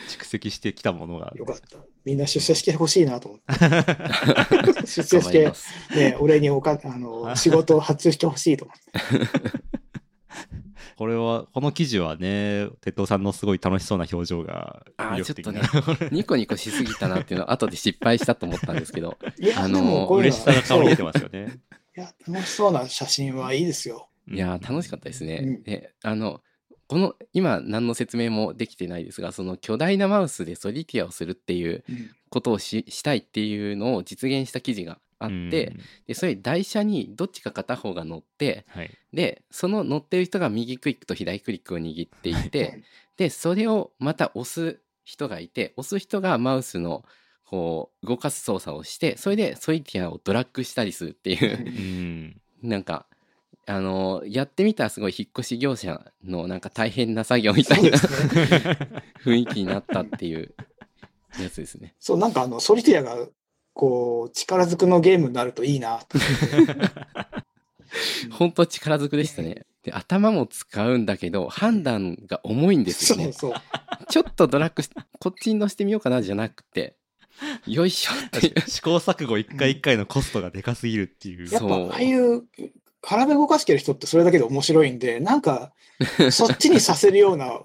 Speaker 1: 蓄積してきたものが
Speaker 3: よかった。みんな出社してほしいな と思って。出
Speaker 2: あ、頑
Speaker 3: 社し
Speaker 2: 張り
Speaker 3: て
Speaker 2: ま、す。
Speaker 3: ね、俺におか、あ の、仕事を発注してほしいと思って。
Speaker 1: これはこの記事はね鉄道さんのすごい楽しそうな表情が魅力的な
Speaker 2: あ ーニコニコしすぎたなっていうのは 後で失敗したと思ったんですけど、
Speaker 3: い や、
Speaker 2: あの
Speaker 3: でもこういう
Speaker 1: 嬉
Speaker 3: の
Speaker 1: しさが顔に出て
Speaker 3: そう
Speaker 1: ますよね
Speaker 3: いや、楽しそうな写真はいいですよ。
Speaker 2: いやー楽しかったですね。
Speaker 3: うん
Speaker 2: であのこの今何の説明もできてないですがその巨大なマウスでソリティアをするっていうことをししたいっていうのを実現した記事があ
Speaker 1: あ
Speaker 2: って、でそれ台車にどっちか片方が乗って
Speaker 1: はい
Speaker 2: でその乗ってる人が右クリックと左クリックを握っていて、
Speaker 3: うん
Speaker 2: でそれをまた押す人がいて押す人がマウスのこう動かす操作をしてそれでソリティアをドラッグしたりするって いう
Speaker 1: う ん
Speaker 2: なんかあのやってみたらすごい引っ越し業者のなんか大変な作業みた
Speaker 3: そう
Speaker 2: い
Speaker 3: で
Speaker 2: な
Speaker 3: すね。
Speaker 2: 雰囲気になったっていうやつですね。
Speaker 3: そう、なんかあの、ソリティアが、こう、力ずくのゲームになるといいなと。
Speaker 2: 本当力ずくでしたね。で頭も使うんだけど判断が重いんです
Speaker 3: そ
Speaker 2: よね
Speaker 3: う。そう。
Speaker 2: ちょっとドラッグしこっちに乗せてみようかなじゃなくてよいしょってい
Speaker 1: 確
Speaker 2: う
Speaker 1: かに試行錯誤一回一回のコストがでかすぎるっていう
Speaker 3: やっぱ、
Speaker 2: そう
Speaker 3: ああいう、体動かしてる人ってそれだけで面白いんで、な んか、そっちにさせるような、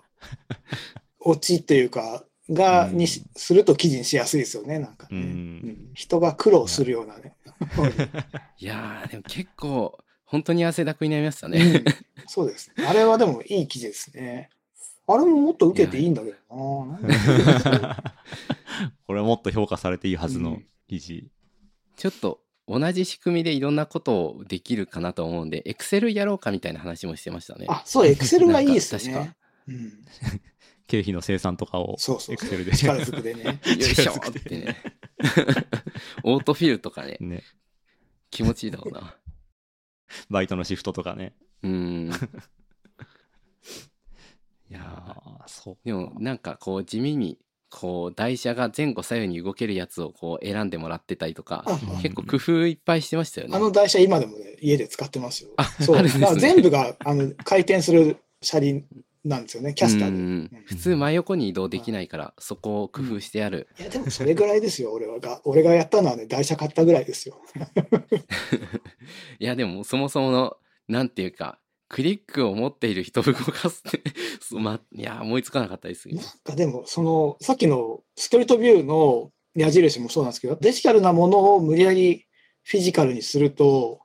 Speaker 3: オチっていうか、が、
Speaker 1: うん
Speaker 3: にしすると記事にしやすいですよね、なんかね。
Speaker 1: うん
Speaker 3: うん人が苦労するようなね。
Speaker 2: いやーでも結構本当に汗だくになりました
Speaker 3: う
Speaker 2: ね
Speaker 3: ん。そうです。あれはでもいい記事ですね。あれももっと受けていいんだけどな。
Speaker 1: これはもっと評価されていいはず
Speaker 3: う
Speaker 1: の
Speaker 3: ん
Speaker 1: 記事
Speaker 2: ちょっと同じ仕組みでいろんなことをできるかなと思うんで Excel やろうかみたいな話もしてましたね。
Speaker 3: あ、そう、エクセルがいいですよ
Speaker 2: なん
Speaker 3: ね
Speaker 2: か。
Speaker 3: うん、
Speaker 1: 経費の生産とかを
Speaker 3: そうそう
Speaker 1: エクセルで
Speaker 3: 力づくで ね。
Speaker 2: よいしょ
Speaker 1: 力ずく
Speaker 2: って
Speaker 1: で
Speaker 2: ね。オートフィルとかね
Speaker 1: ね
Speaker 2: 気持ちいいだろうな。
Speaker 1: バイトのシフトとかね
Speaker 2: うーん
Speaker 1: いやーそう
Speaker 2: でもなんかこう地味にこう台車が前後左右に動けるやつをこう選んでもらってたりとか
Speaker 3: あ
Speaker 1: うん
Speaker 2: 結構工夫いっぱいしてましたよね。
Speaker 3: あの台車今でもね、家で使ってますよ。
Speaker 2: あ
Speaker 3: そう。
Speaker 2: あるんですね
Speaker 3: だから全部があの回転する車輪なんですよね、キャスタ
Speaker 2: う
Speaker 3: ーで。
Speaker 2: ん普通真横に移動できないからそこを工夫してある。
Speaker 3: いや、でもそれぐらいですよ、俺はが。俺がやったのはね、台車買ったぐらいですよ。
Speaker 2: いやでもそもそものなんていうかクリックを持っている人を動かすって そうまいや思いつかなかったですけ
Speaker 3: な
Speaker 2: ど
Speaker 3: んかでも、その、さっきのストリートビューの矢印もそうなんですけど、デジタルなものを無理やりフィジカルにすると、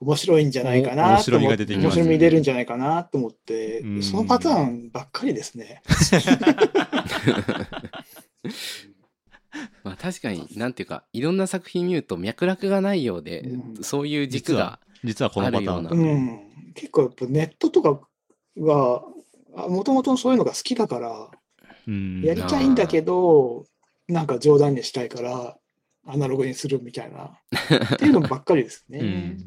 Speaker 3: 面白いんじゃないか
Speaker 1: お
Speaker 3: な
Speaker 1: 面
Speaker 3: と
Speaker 1: 白み
Speaker 3: 思
Speaker 1: が
Speaker 3: っ
Speaker 1: 出
Speaker 3: て、
Speaker 1: て
Speaker 2: きますね
Speaker 3: み出るんじゃないかなと思って
Speaker 1: う、ん
Speaker 3: そのパターンばっかりですね。
Speaker 2: まあ確かになんていうかいろんな作品見ると脈絡がないようで、
Speaker 3: うん
Speaker 2: そういう軸が
Speaker 1: 実はこのパターン
Speaker 2: あ
Speaker 1: だ
Speaker 2: るよ
Speaker 3: うん、結構やっぱネットとかがもともとそういうのが好きだから
Speaker 1: うん
Speaker 3: やりたいんだけど、なんか冗談にしたいから、アナログにするみたいな、っていうのばっかりですね。
Speaker 1: うん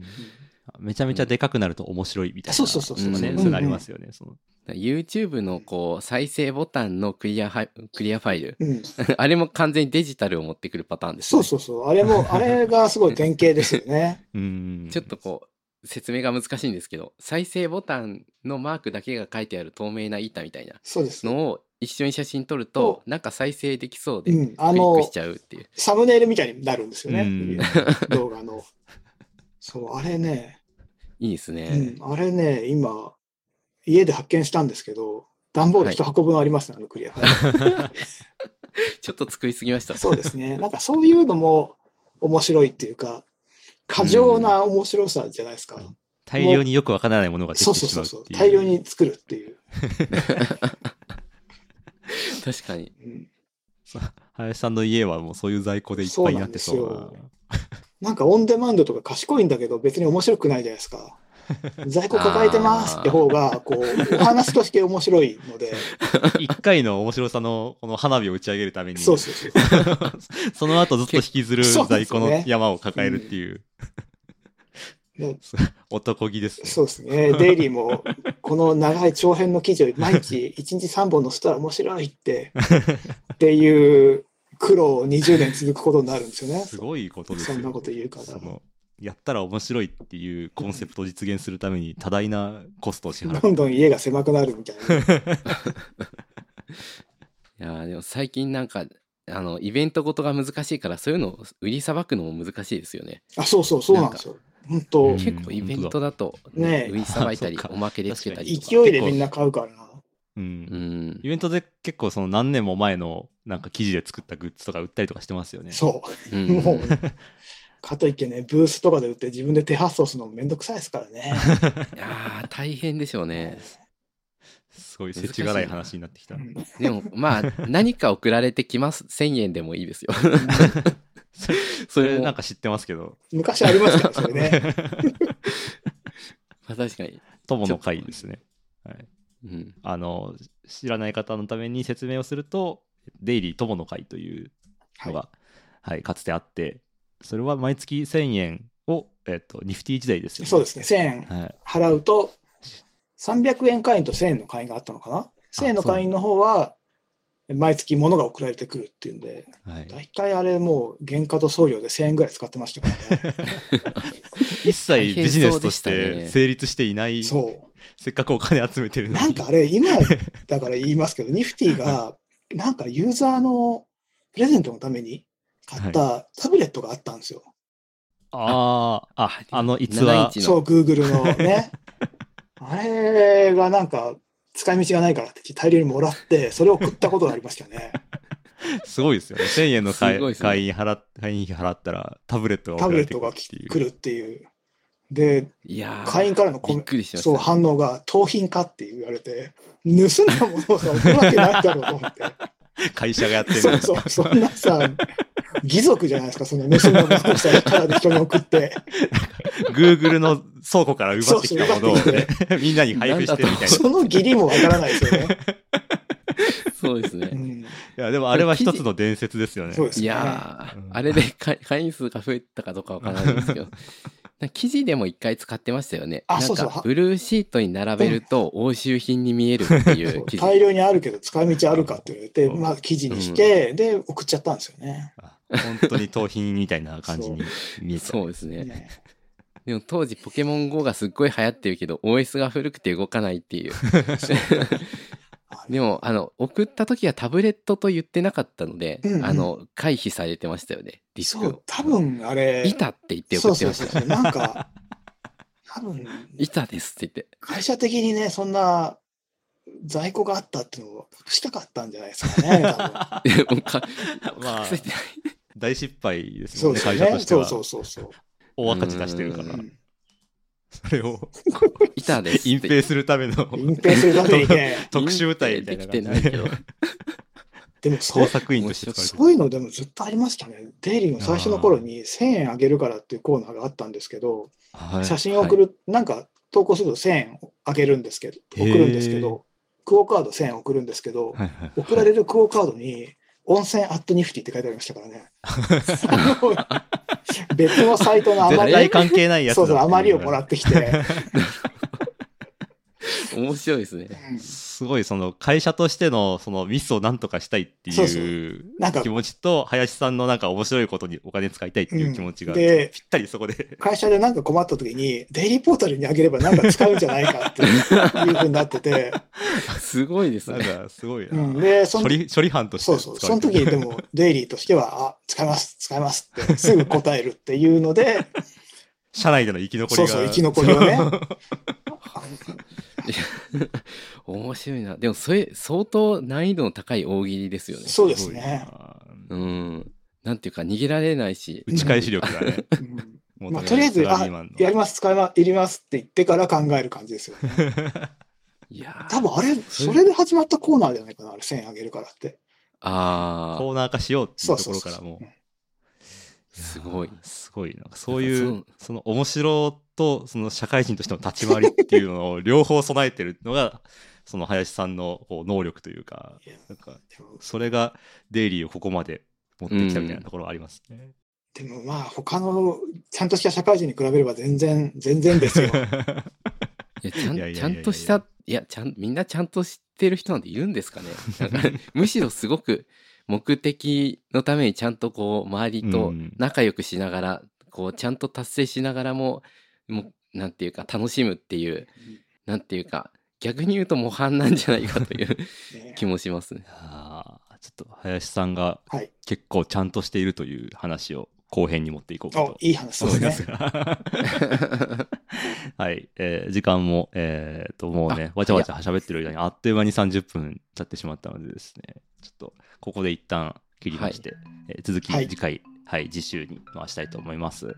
Speaker 1: めちゃめちゃでかくなると面白いみたいな。
Speaker 3: そうそうそうそう
Speaker 1: ね、
Speaker 2: うん
Speaker 1: そういうのありますよね。その
Speaker 2: YouTube のこう再生ボタンのクリアファイクリアファイル
Speaker 3: うん、
Speaker 2: あれも完全にデジタルを持ってくるパターンです、
Speaker 3: そ
Speaker 2: ね、
Speaker 3: うそうそう。あれも、あれがすごい典型ですよね。
Speaker 1: うん
Speaker 2: ちょっとこう説明が難しいんですけど再生ボタンのマークだけが書いてある透明な板みたいな
Speaker 3: そうです。
Speaker 2: のを一緒に写真撮るとなんか再生できそうで
Speaker 3: う
Speaker 2: ク
Speaker 3: ん。あ
Speaker 2: リック
Speaker 3: の
Speaker 2: し、ちゃうっていう
Speaker 3: サムネイルみたいになるんですよね。
Speaker 1: うん
Speaker 3: 動画の。そう、あれね、
Speaker 2: いいですね、
Speaker 3: うん、あれね、今、家で発見したんですけど、段ボール一箱分ありますね、あ のクリアファイル。
Speaker 2: ちょっと作りすぎ ました
Speaker 3: そうですね。なんかそういうのも面白いっていうか、過剰な面白さじゃないですか。
Speaker 1: 大量によくわからないものができ
Speaker 3: そ
Speaker 1: て
Speaker 3: うそう
Speaker 1: し
Speaker 3: そ
Speaker 1: ま
Speaker 3: う
Speaker 1: う
Speaker 3: そう
Speaker 1: っていう。
Speaker 3: 大量に作るっていう。
Speaker 2: 確かに
Speaker 3: うん
Speaker 1: 林さんの家はもうそういう在庫でいっぱいになってそう
Speaker 3: そうなん
Speaker 1: な
Speaker 3: ですなんかオンデマンドとか賢いんだけど、別に面白くないじゃないです か。在庫抱えてますって方が、こう、お話として面白い ので、
Speaker 1: 一回の面白さのこの花火を打ち上げるために、
Speaker 3: そうそうそう。
Speaker 1: その後ずっと引きずる在庫
Speaker 3: そうで
Speaker 1: の
Speaker 3: すね
Speaker 1: 山を抱えるっていう、
Speaker 3: で
Speaker 1: 男気ですね。
Speaker 3: そうですね。デイリーも、この長い長編の記事を毎日1日3本載せたら面白いって、っていう苦労を20年続くことになるんですよね。
Speaker 1: すごいことです
Speaker 3: そ
Speaker 1: よ
Speaker 3: んなこと言うから。
Speaker 1: そのやったら面白いっていうコンセプトを実現するために多大なコストを支払う。
Speaker 3: どんどん家が狭くなるみたいな。
Speaker 2: いやーでも最近なんかあのイベントごとが難しいからそういうのを売りさばくのも難しいですよね、
Speaker 3: あ、そうそう、そうなんですよ。本当、
Speaker 1: うん
Speaker 2: 結構イベントだと
Speaker 3: ねえ
Speaker 2: 売りさばいたり
Speaker 1: あそっか
Speaker 2: おまけでつけたりとか
Speaker 3: 勢いでみんな買うから
Speaker 1: う。
Speaker 3: な。
Speaker 2: 結構うんん
Speaker 1: イベントで結構その何年も前のなんか記事で作ったグッズとか売ったりとかしてますよね。
Speaker 3: そうう。
Speaker 2: ん
Speaker 3: もう、かといってね、ブースとかで売って自分で手発送するのもめんどくさいですか らね。
Speaker 2: いやー大変でしょうね
Speaker 1: すごい世知辛い話になってきた。
Speaker 3: うん
Speaker 2: でも まあ何か送られてきます1000円でもいいですよ
Speaker 1: それそ
Speaker 2: そ
Speaker 1: れ
Speaker 2: れも
Speaker 1: なんか知ってますけど。
Speaker 3: 昔ありましたよ、それね。
Speaker 2: まあ確かに、
Speaker 1: 友の会ですね。はい。
Speaker 2: うん、
Speaker 1: あの知らない方のために説明をするとデイリー友の会というのが、はいかつてあってそれは毎月1000円を、えっとニフティ時代ですよね。
Speaker 3: そうですね、1000円
Speaker 1: はい、
Speaker 3: 払うと、300円会員と1000円の会員があったのかな。1000円の会員の方は、毎月物が送られてくるっていうんで、
Speaker 1: はい、
Speaker 3: 大体あれもう原価と送料で1000円ぐらい使ってましたからね。
Speaker 1: 一切ビジネスとし
Speaker 2: 大変そう
Speaker 1: て
Speaker 2: でしたね
Speaker 1: 成立してい ない、
Speaker 3: そう。
Speaker 1: せっかくお金集めてるの
Speaker 3: なん
Speaker 1: に
Speaker 3: かあれ、今だから言いますけど、ニフテ ィが、なんかユーザーのプレゼントのために買ったタブレットがあったんですよ。
Speaker 1: あーああの逸
Speaker 2: 7
Speaker 1: 話
Speaker 2: 一
Speaker 3: そう、
Speaker 2: の
Speaker 3: Google の ね。あれがなんか、使い道がないからって大量にもらって、それを送ったことがありましたね。
Speaker 1: すごいですよね1000円の会,、
Speaker 2: すごいですね
Speaker 1: 会員払っ会員費払ったらタブレットが
Speaker 3: タ
Speaker 1: 送
Speaker 3: ブ
Speaker 1: られ
Speaker 3: レッ
Speaker 1: て
Speaker 3: ト
Speaker 1: くる
Speaker 3: が
Speaker 1: っていう
Speaker 3: 来るっていう。で、
Speaker 2: いやー
Speaker 3: 会員からのコ
Speaker 2: びっ
Speaker 3: メ
Speaker 2: くりしま
Speaker 3: そう、
Speaker 2: した
Speaker 3: 反応が、盗品かって言われて、盗んだものをさ、送るわけないだろうと思って。
Speaker 1: 会社がやってる
Speaker 3: そうそう、そんなさ、 義足じゃないですか、その盗んだものをさ、ただで人に送って。
Speaker 1: Google の倉庫から奪ってきたものを、
Speaker 3: そうそう奪
Speaker 1: ね、 みんなに配布してるみたいな
Speaker 3: その義理もわからないですよね。
Speaker 2: そうです
Speaker 3: う
Speaker 2: ね
Speaker 3: ん、
Speaker 1: いや、でもあれは一つの伝説ですよね。
Speaker 3: そうです
Speaker 2: い
Speaker 3: ね。
Speaker 2: やー、
Speaker 1: うん
Speaker 2: あれで会 会員数が増えたかどうかわからないん ですけどなんか記事でも一回使ってましたよね
Speaker 3: あ
Speaker 2: なん
Speaker 3: そうそう
Speaker 2: かブルーシートに並べると押収品に見えるってい
Speaker 3: そうう
Speaker 2: 記事
Speaker 3: 大量にあるけど使い道あるかって言われて、
Speaker 1: うん
Speaker 3: まあ、記事にして、で送っちゃったんですよね。
Speaker 1: あ本当に盗品みたいな感じに見えちゃ。
Speaker 2: そううですね
Speaker 3: ね
Speaker 2: でも当時ポケモン GO がすっごい流行ってるけど OS が古くて動かないって いうでもあの送った時はタブレットと言ってなかったので、
Speaker 3: うんうん
Speaker 2: あの回避されてましたよねディス
Speaker 3: そ
Speaker 2: ク
Speaker 3: う
Speaker 2: を、
Speaker 3: 多分あれ、
Speaker 2: 板って言って
Speaker 3: そ
Speaker 2: 送
Speaker 3: う
Speaker 2: って
Speaker 3: そう
Speaker 2: ましたよ
Speaker 3: そうそう、なんか、多分
Speaker 2: 板ですって言って
Speaker 3: 会社的にね、そんな在庫があったっていうのを隠したかったんじゃないですかね、多 分
Speaker 2: で もか
Speaker 1: まあ
Speaker 2: 隠せてない
Speaker 1: 大失敗です
Speaker 3: そ
Speaker 1: も
Speaker 3: うん
Speaker 1: ね、
Speaker 3: です
Speaker 1: 会社
Speaker 3: よね。
Speaker 1: として
Speaker 3: そ
Speaker 1: は
Speaker 3: う。そうそうそう。
Speaker 1: 大赤字出してるから
Speaker 3: う。ん
Speaker 1: それを
Speaker 2: 板ですって
Speaker 1: 隠蔽するための
Speaker 3: 隠蔽するため にね、
Speaker 1: 特殊部隊みたいな
Speaker 2: 隠蔽
Speaker 1: 感
Speaker 2: でき
Speaker 1: じで
Speaker 2: てないけど
Speaker 3: でもそう
Speaker 1: 工作員として使われ
Speaker 3: す
Speaker 1: て
Speaker 3: ごいのでもずっとありましたね。デイリーの最初の頃に1000円あげるからっていうコーナーがあったんですけど、
Speaker 1: る。
Speaker 3: 写真を送る、なんか投稿すると1000円あげるんですけど、
Speaker 1: へー
Speaker 3: 送るんですけど、クオカード1000円送るんですけど、
Speaker 1: はいはいはい
Speaker 3: 送られるクオカードに温泉アットニフティって書いてありましたか らね。あの別のサイトのあま
Speaker 1: 絶対
Speaker 3: り、
Speaker 1: 関係ないやつだ
Speaker 3: そ
Speaker 1: っ
Speaker 3: う
Speaker 1: て
Speaker 3: そ、
Speaker 1: いうう
Speaker 3: あまりをもらってきて、
Speaker 2: 面白いですね。
Speaker 3: うん
Speaker 1: すごいその会社としてのそのミスをなんとかしたいって
Speaker 3: そうそ
Speaker 1: いう
Speaker 3: なんか
Speaker 1: 気持ちと林さんのなんか面白いことにお金使いたいっていう気持ちが
Speaker 3: うん
Speaker 1: ぴ
Speaker 3: で
Speaker 1: ったりそこで
Speaker 3: 会社でなんか困った時に、デイリーポータルにあげればなんか使うんじゃないかっていうふうになってて、
Speaker 2: すごいです
Speaker 1: なん
Speaker 2: ね。
Speaker 1: かす ごいな
Speaker 3: うん、で、そ
Speaker 1: 処
Speaker 3: の
Speaker 1: 理処理班として
Speaker 3: そうそう、
Speaker 1: 使
Speaker 3: そ
Speaker 1: われ
Speaker 3: の
Speaker 1: てる
Speaker 3: 時にでも、デイリーとしては、あ、使います、使いますって、すぐ答えるっていうので、
Speaker 1: 社内での生き残り
Speaker 3: そ
Speaker 1: が
Speaker 3: うそう、生き残りを ね。
Speaker 2: 面白いな。でもそれ相当難易度の高い大喜利ですよね。
Speaker 3: そうですね。
Speaker 1: ごいな
Speaker 2: うん。なんていうか逃げられないし。
Speaker 1: 打ち返し力がね
Speaker 3: うん
Speaker 1: も
Speaker 3: まあ、とりあえず、あ、やります、使いま、いりますって言ってから考える感じで すよね。
Speaker 2: いやー
Speaker 3: 多分あれ、それで始まったコーナーじゃないかな、あれ、1000あげるからって。
Speaker 2: あ
Speaker 1: コーナー化しようってい
Speaker 3: そうう
Speaker 1: とこ
Speaker 3: そう
Speaker 1: ろ
Speaker 3: そ
Speaker 1: か
Speaker 3: う
Speaker 1: らもう
Speaker 2: あ、すごい。
Speaker 1: すごいなんかそうい
Speaker 2: なん
Speaker 1: う
Speaker 2: か
Speaker 1: その面白とその社会人としての立ち回りっていうのを両方備えてるのがその林さんのこう能力というか
Speaker 3: いや
Speaker 1: なんか
Speaker 3: でも
Speaker 1: それがデイリーをここまで持ってきたみたいなところはありますね。
Speaker 3: でもまあ、他のちゃんとした社会人に比べれば全然、全然です よ。
Speaker 2: いやちゃん
Speaker 1: いやいやいやいや
Speaker 2: ちゃんとしたいやちゃんみんなちゃんと知ってる人なんているんですかねな んかむしろすごく目的のためにちゃんとこう周り
Speaker 1: う
Speaker 2: と
Speaker 1: ん
Speaker 2: 仲良くしながら、こうちゃんと達成しながらももうなんていうか楽しむっていうなんていうか逆に言うと模範なんじゃないかという
Speaker 3: ね
Speaker 2: 気もしますね。
Speaker 1: あーちょっと林さんが
Speaker 3: はい。
Speaker 1: 結構ちゃんとしているという話を後編に持っていこうか
Speaker 3: お
Speaker 1: と、
Speaker 3: いい話で
Speaker 1: 思
Speaker 3: す
Speaker 1: います
Speaker 3: ね。
Speaker 1: が。 はい、えー時間も、えー、ともうね、わちゃわちゃ喋ってる間にあっという間に30分経ってしまったのでですね、ちょっとここで一旦切りまして、えー続き
Speaker 3: はい
Speaker 1: 次回、はい、次週に回したいと思います。はい。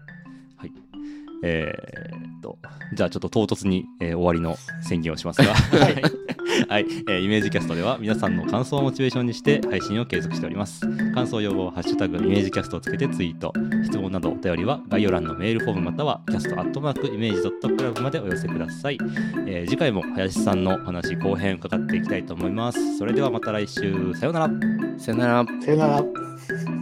Speaker 1: えー、と、じゃあちょっと唐突に、えー終わりの宣言をしますが、はい、 はいえーイメージキャストでは皆さんの感想をモチベーションにして配信を継続しております。感想要望はハッシュタグイメージキャストをつけてツイート。質問などお便りは概要欄のメールフォームまたはキャストアットマークイメージドットクラブまでお寄せください、えー次回も林さんのお話後編伺っていきたいと思いますそれではまた来週さようなら
Speaker 2: さよなら
Speaker 3: さよなら。